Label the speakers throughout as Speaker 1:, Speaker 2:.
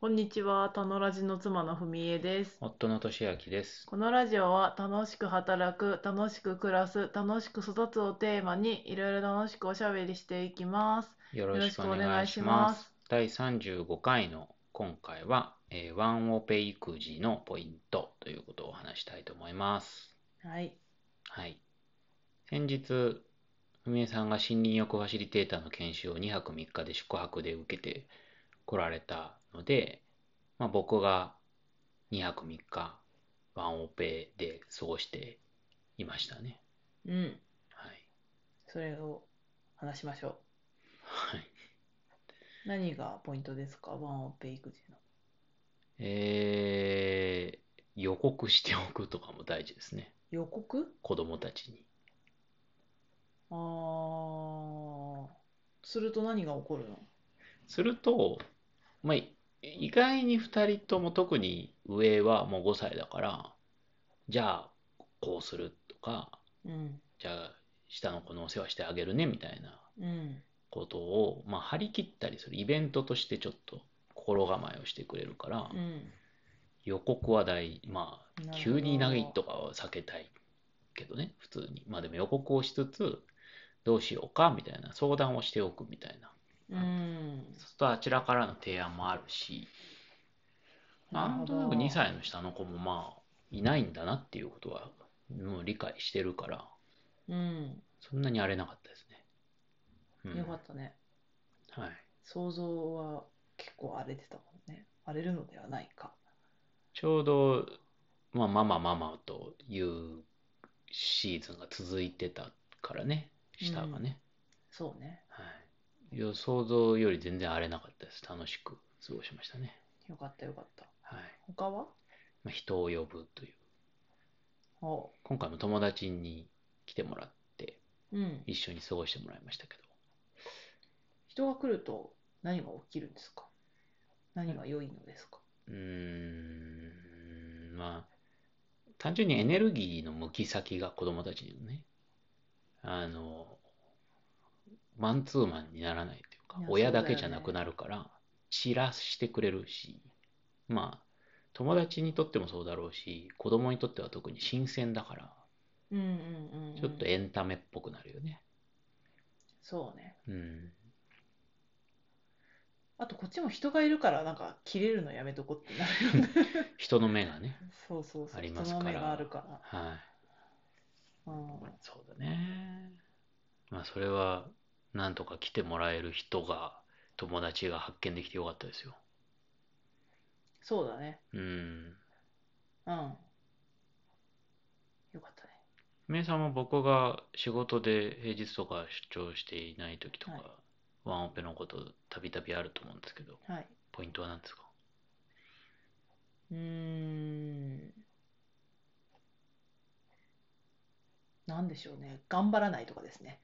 Speaker 1: こんにちは、たのラジの妻のふみえです。
Speaker 2: 夫の俊明です。
Speaker 1: このラジオは楽しく働く、楽しく暮らす、楽しく育つをテーマにいろいろ楽しくおしゃべりしていきます。
Speaker 2: よ
Speaker 1: ろ
Speaker 2: ろ
Speaker 1: し
Speaker 2: し
Speaker 1: く
Speaker 2: く
Speaker 1: お
Speaker 2: お
Speaker 1: 願い
Speaker 2: 願い
Speaker 1: し
Speaker 2: し
Speaker 1: ま
Speaker 2: ますす。第35回の今回は、えーワンオペ育児のポイントということをお話したいと思います。
Speaker 1: はい。
Speaker 2: はい。先日、文江さんが森林浴ファシリテーターの研修を2泊3日で宿泊で受けて来られたので、まあ、僕が2泊3日ワンオペで過ごしていましたね。
Speaker 1: うん。
Speaker 2: はい。
Speaker 1: それを話しましょ
Speaker 2: はい。
Speaker 1: う。何がポイントですか、ワンオペ育児の。
Speaker 2: えー予告しておくとかも大事ですね。
Speaker 1: 予告
Speaker 2: 子供たちに。
Speaker 1: あー。すると何が起こるの
Speaker 2: すると、まあ、い意外に2人とも特に上はもう5歳だから、じゃあこうするとか、
Speaker 1: うん。
Speaker 2: じゃあ下の子のお世話してあげるねみたいな
Speaker 1: うん。
Speaker 2: ことを、まあ、張り切ったりするイベントとしてちょっと心構えをしてくれるから、
Speaker 1: うん。
Speaker 2: 予告は大、まあ、
Speaker 1: なるほど
Speaker 2: 急に長いとかは避けたいけどね、普通に。まあでも予告をしつつ、どうしようかみたいな相談をしておくみたいな。
Speaker 1: うん。
Speaker 2: そうするとあちらからの提案もあるし、なんとなく2歳の下の子もまあ、いないんだなっていうことは、もう理解してるから、
Speaker 1: うん。
Speaker 2: そんなに荒れなかったですね。うん、
Speaker 1: よかったね。
Speaker 2: た。はい。
Speaker 1: 想像は結構荒れてたもんね。荒れるのではないか。
Speaker 2: ちょうど、まあ、ママママというシーズンが続いてたからね、下が
Speaker 1: う
Speaker 2: ね。
Speaker 1: んそうね。
Speaker 2: はい、予想像より全然荒れなかったです。楽しく過ごしましたね。
Speaker 1: よかったよかった。
Speaker 2: はい
Speaker 1: 他は
Speaker 2: まあ、人を呼ぶという。
Speaker 1: お
Speaker 2: 今回も友達に来てもらって、
Speaker 1: うん。
Speaker 2: 一緒に過ごしてもらいましたけど。
Speaker 1: 人が来ると何が起きるんですか何が良いのですか
Speaker 2: うーん、まあ、単純にエネルギーの向き先が子供たちにもね、あの、マンツーマンにならないという
Speaker 1: いや、
Speaker 2: か親
Speaker 1: そうだ
Speaker 2: だ
Speaker 1: よね
Speaker 2: けじゃなくなるから、散らしてくれるし、まあ、友達にとってもそうだろうし、子供にとっては特に新鮮だから、
Speaker 1: うんうんうん。
Speaker 2: ちょっとエンタメっぽくなるよね。
Speaker 1: そうね。
Speaker 2: うん。
Speaker 1: あとこっちも人がいるからなんか切れるのやめとこってなるよね。
Speaker 2: 人の目がね。
Speaker 1: そうそうそう。
Speaker 2: あります
Speaker 1: 人の目
Speaker 2: から
Speaker 1: があるから。
Speaker 2: はい。
Speaker 1: うん。
Speaker 2: そうだね。まあ、それは、なんとか来てもらえる人が、友達が発見できてよかったですよ。
Speaker 1: そうだね。
Speaker 2: うん。
Speaker 1: うん。よかったね。
Speaker 2: めいさんも僕が仕事で平日とか出張していない時とか、
Speaker 1: はい
Speaker 2: ワンオペのことたびたびあると思うんですけど、
Speaker 1: はい。
Speaker 2: ポイントは何ですか
Speaker 1: うーん。なんでしょうね。頑張らないとかですね。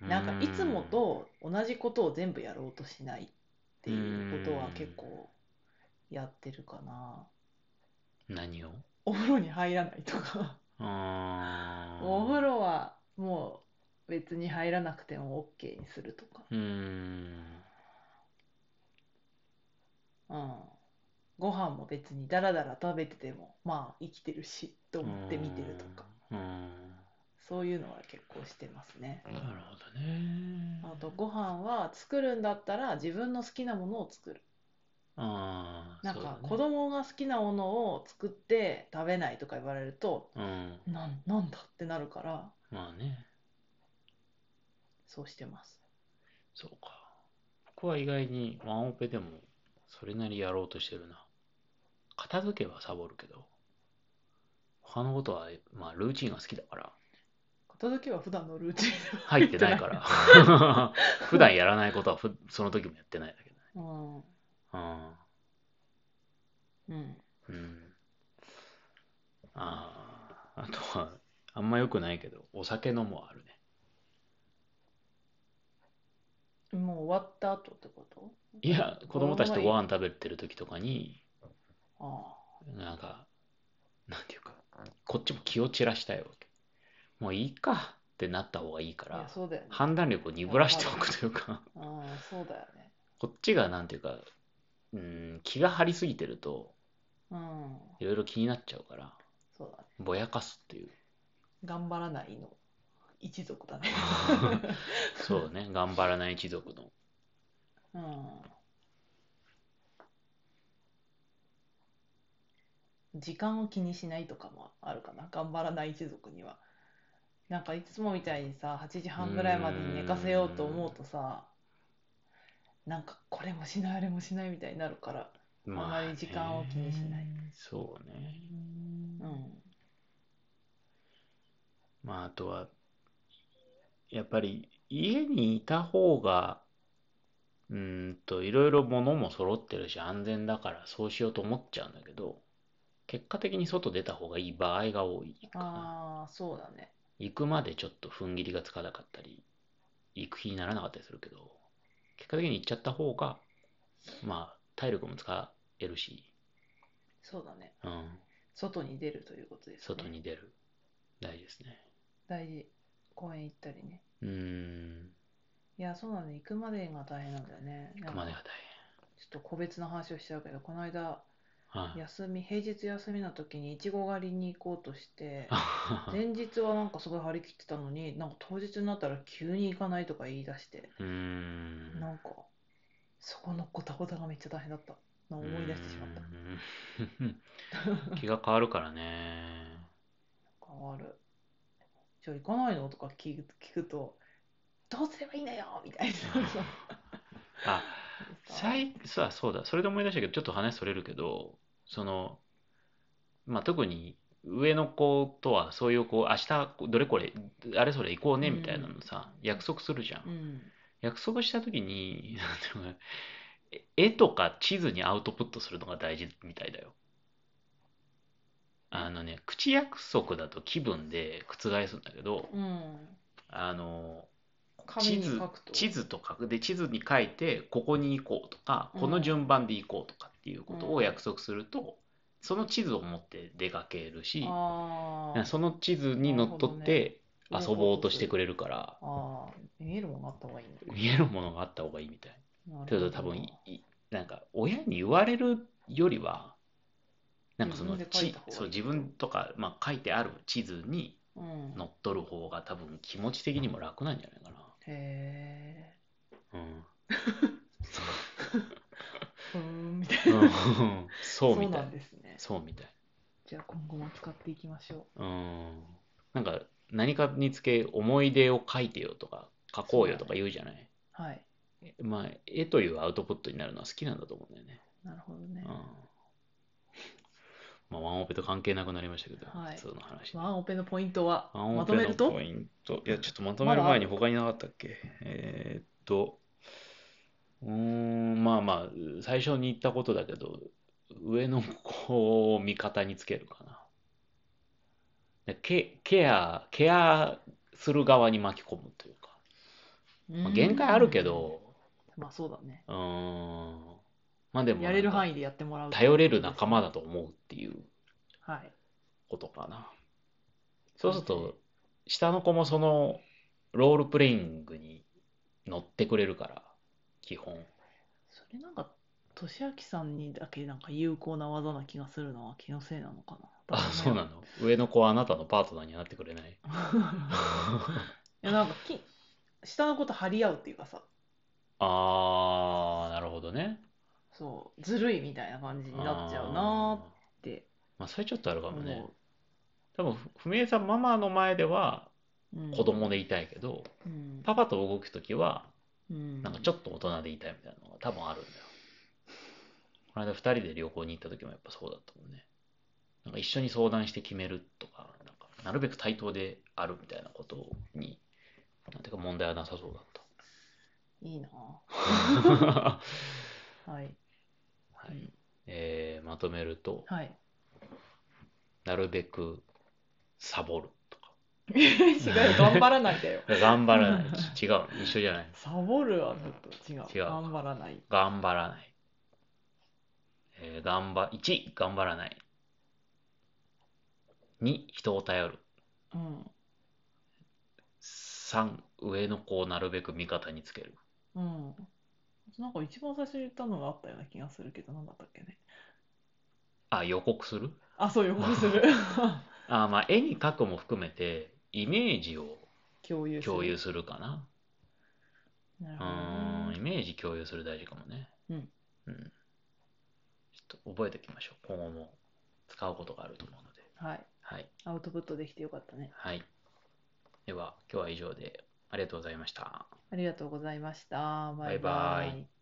Speaker 1: なんかいつもと同じことを全部やろうとしないっていうことは結構やってるかな。
Speaker 2: うーん何を
Speaker 1: お風呂に入らないとか。
Speaker 2: あー
Speaker 1: お風呂はもう別に入らなくても OK にするとか。
Speaker 2: うーん
Speaker 1: うん。ご飯も別にダラダラ食べててもまあ生きてるしと思って見てるとか。
Speaker 2: うーん
Speaker 1: そういうのは結構してますね。
Speaker 2: なるほどね
Speaker 1: あとご飯は作るんだったら自分の好きなものを作る。
Speaker 2: あー
Speaker 1: なん
Speaker 2: そうだ
Speaker 1: か
Speaker 2: ね
Speaker 1: 子供が好きなものを作って食べないとか言われると
Speaker 2: うん
Speaker 1: なんなんだってなるから
Speaker 2: まあね
Speaker 1: そうしてます。
Speaker 2: そうか。僕は意外にワンオペでもそれなりやろうとしてるな。片付けはサボるけど、他のことは、まあ、ルーチンが好きだから、
Speaker 1: 片付けは普段のルーチン。
Speaker 2: 入ってないから。 普段やらないことはふ、その時もやってないんだけどね。
Speaker 1: うん。うん。
Speaker 2: うん。うん。ああ、あとは、あんま良くないけど、お酒飲むはあるね。
Speaker 1: もう終わった後ってこと
Speaker 2: いや、子供たちとご飯食べてる時とかに、
Speaker 1: ああ。
Speaker 2: なんか、なんていうか、こっちも気を散らしたいわけ。もういいかってなった方がいいか
Speaker 1: いや
Speaker 2: ら、
Speaker 1: そうだよね。
Speaker 2: 判断力を鈍らしておくというか、
Speaker 1: うん、そうだよね。
Speaker 2: こっちがなんていうか、うん、気が張りすぎてると、
Speaker 1: うん、
Speaker 2: いろいろ気になっちゃうから、
Speaker 1: そうだね。
Speaker 2: ぼやか すっていう。
Speaker 1: 頑張らないの一族だね。
Speaker 2: そうね、頑張らない一族の。
Speaker 1: うん、時間を気にしないとかもあるかな頑張らない一族にはなんかいつもみたいにさ8時半ぐらいまでに寝かせようと思うとさなんかこれもしないあれもしないみたいになるからあまり時間を気にしない
Speaker 2: ねそうね。
Speaker 1: うん
Speaker 2: まあ、あとは、やっぱり家にいた方が、うーんと、いろいろ物も揃ってるし安全だからそうしようと思っちゃうんだけど、結果的に外出た方がいい場合が多いかな。
Speaker 1: ああそうだね
Speaker 2: 行くまでちょっと踏ん切りがつかなかったり、行く気にならなかったりするけど、結果的に行っちゃった方が、まあ、体力も使えるし、
Speaker 1: そうだね
Speaker 2: うん、
Speaker 1: 外に出るということですね
Speaker 2: 外に出る。大事ですね。
Speaker 1: 大事公園行ったりね
Speaker 2: うーん、
Speaker 1: いやそうなの行くまでが大変なんだよね
Speaker 2: 行くま
Speaker 1: なん
Speaker 2: でが
Speaker 1: かちょっと個別の話をしちゃうけどこの間
Speaker 2: 大変。はい。
Speaker 1: 休み平日休みの時にいちご狩りに行こうとして
Speaker 2: あ
Speaker 1: 前日はなんかすごい張り切ってたのになんか当日になったら急に行かないとか言い出して
Speaker 2: うーん。
Speaker 1: なんかそこのごたごたがめっちゃ大変だったのを思い出してしまった
Speaker 2: うーん気が変わるからね。
Speaker 1: 変わるじゃあ行かないのとか聞く聞くとどうすればいいんだよみたいな
Speaker 2: あ、 最さそうだ、それで思い出したけど、ちょっと話それるけど、その、まあ、特に上の子とはそういうこう、明日どれこれ、あれそれ行こうねみたいなのさ、約束するじゃ。
Speaker 1: うんん
Speaker 2: 約束した時に、 なんていうのかな絵とか地図にアウトプットするのが大事みたいだよ。あのね、口約束だと気分で覆すんだけど、
Speaker 1: うん
Speaker 2: あの、
Speaker 1: 紙
Speaker 2: 地
Speaker 1: に
Speaker 2: 図
Speaker 1: 書くと
Speaker 2: 地図とかで地図に書いてここに行こうとか
Speaker 1: うん
Speaker 2: この順番で行こうとかっていうこと
Speaker 1: う
Speaker 2: を
Speaker 1: ん
Speaker 2: 約束すると、その地図を持って出かけるし
Speaker 1: あー
Speaker 2: その地図にのっとって
Speaker 1: なるほど
Speaker 2: 遊
Speaker 1: ね
Speaker 2: ぼうとしてくれるから
Speaker 1: ああ見えるものあった方がいいんだ
Speaker 2: 見えるものがあった方がいいみたい
Speaker 1: な
Speaker 2: け
Speaker 1: るほ
Speaker 2: ど
Speaker 1: ど
Speaker 2: 多分いいなんか親に言われるよりはなんかその
Speaker 1: 自分で書い
Speaker 2: ち
Speaker 1: た方がいい
Speaker 2: そう自分とか、まあ、書いてある地図に
Speaker 1: うん
Speaker 2: のっとる方が多分気持ち的にも楽なんじゃないか
Speaker 1: へ
Speaker 2: な。うん
Speaker 1: えふーんみたいな
Speaker 2: うんそ
Speaker 1: そ
Speaker 2: う
Speaker 1: う
Speaker 2: みた
Speaker 1: ないん。ですね
Speaker 2: そうみたい。
Speaker 1: じゃあ今後も使っていきましょ
Speaker 2: うん。なんか、何かにつけ思い出を書いてよとか、書こうよとか言うじゃない。
Speaker 1: うはい
Speaker 2: まあ、絵というアウトプットになるのは好きなんだと思うんだよね。
Speaker 1: なるほどね
Speaker 2: うん。まあ、ワンオペと関係なくなりましたけど、
Speaker 1: はい
Speaker 2: 普通の話。
Speaker 1: ワンオペのポイントは
Speaker 2: ワン
Speaker 1: ま
Speaker 2: オ
Speaker 1: と
Speaker 2: ペ
Speaker 1: め
Speaker 2: の
Speaker 1: ると
Speaker 2: ポイント。いや、ちょっとまとめる前に他になかったっけ。えーっと、うーん、まあまあ、最初に言ったことだけど、上の子を味方につけるかな。でケ、ケア、ケアする側に巻き込むというか。まあ、限界あるけど、
Speaker 1: うんまあそうだね
Speaker 2: うーん、まあでも
Speaker 1: やれる
Speaker 2: 囲
Speaker 1: 範囲でやってもらう
Speaker 2: 頼れる仲間だと思うっていう
Speaker 1: はい
Speaker 2: ことかな。そうすると、下の子もそのロールプレイングに乗ってくれるから、基本。
Speaker 1: それなんか俊明さんにだけなんか有効な技な気がするのは気のせいなのかな
Speaker 2: あ、そうなの上の子はあなたのパートナーにはなってくれない。
Speaker 1: いやなんかき下のこと張り合うっていうかさ
Speaker 2: あー、なるほどね。
Speaker 1: そうずるいみたいな感じになっちゃう
Speaker 2: あー
Speaker 1: なーって
Speaker 2: まあ、それちょっとあるか
Speaker 1: 思
Speaker 2: も
Speaker 1: う、
Speaker 2: ね。多分、不明さん、ママの前では
Speaker 1: うん
Speaker 2: 子供でいたいけど、
Speaker 1: うん
Speaker 2: パパと動くときは、
Speaker 1: うん
Speaker 2: なんかちょっと大人でいたいみたいなのが多分あるんだよ。この間2人で旅行に行った時もやっぱそうだったもんね。なんか一緒に相談して決めるとか、なんかなるべく対等であるみたいなことに、なんていうか問題はなさそうだっ
Speaker 1: いい な
Speaker 2: た。
Speaker 1: ぁはい
Speaker 2: はいえーまとめると、
Speaker 1: はい
Speaker 2: なるべくサボるとか。
Speaker 1: 違う頑張らないだよ
Speaker 2: 頑 張らない。ち違う。一緒じゃない。
Speaker 1: サボるはちょっと違う
Speaker 2: 違う
Speaker 1: 頑張らない
Speaker 2: 頑張らない。えー頑張、1、頑張らない。2、人を頼る。
Speaker 1: うん
Speaker 2: 3、上の子をなるべく味方につける。
Speaker 1: うんなんか一番最初に言ったのがあったような気がするけど、なんだったっけね。
Speaker 2: あ、予告する
Speaker 1: あ、そう、予告す る。
Speaker 2: あ、まあ、絵に描くも含めて、イメージを
Speaker 1: 共有する。
Speaker 2: 共有するかな。
Speaker 1: なる
Speaker 2: う
Speaker 1: ほど
Speaker 2: ーん、
Speaker 1: ね。
Speaker 2: イメージ共有する大事かもね。
Speaker 1: うん。
Speaker 2: うん。ちょっと覚えておきましょう。今後も使うことがあると思うので。
Speaker 1: はい。
Speaker 2: はい。
Speaker 1: アウトプットできてよかったね。
Speaker 2: はい。では、今日は以上で、ありがとうございました。
Speaker 1: ありがとうございました。バイ
Speaker 2: バイバ
Speaker 1: バ
Speaker 2: イ
Speaker 1: イ。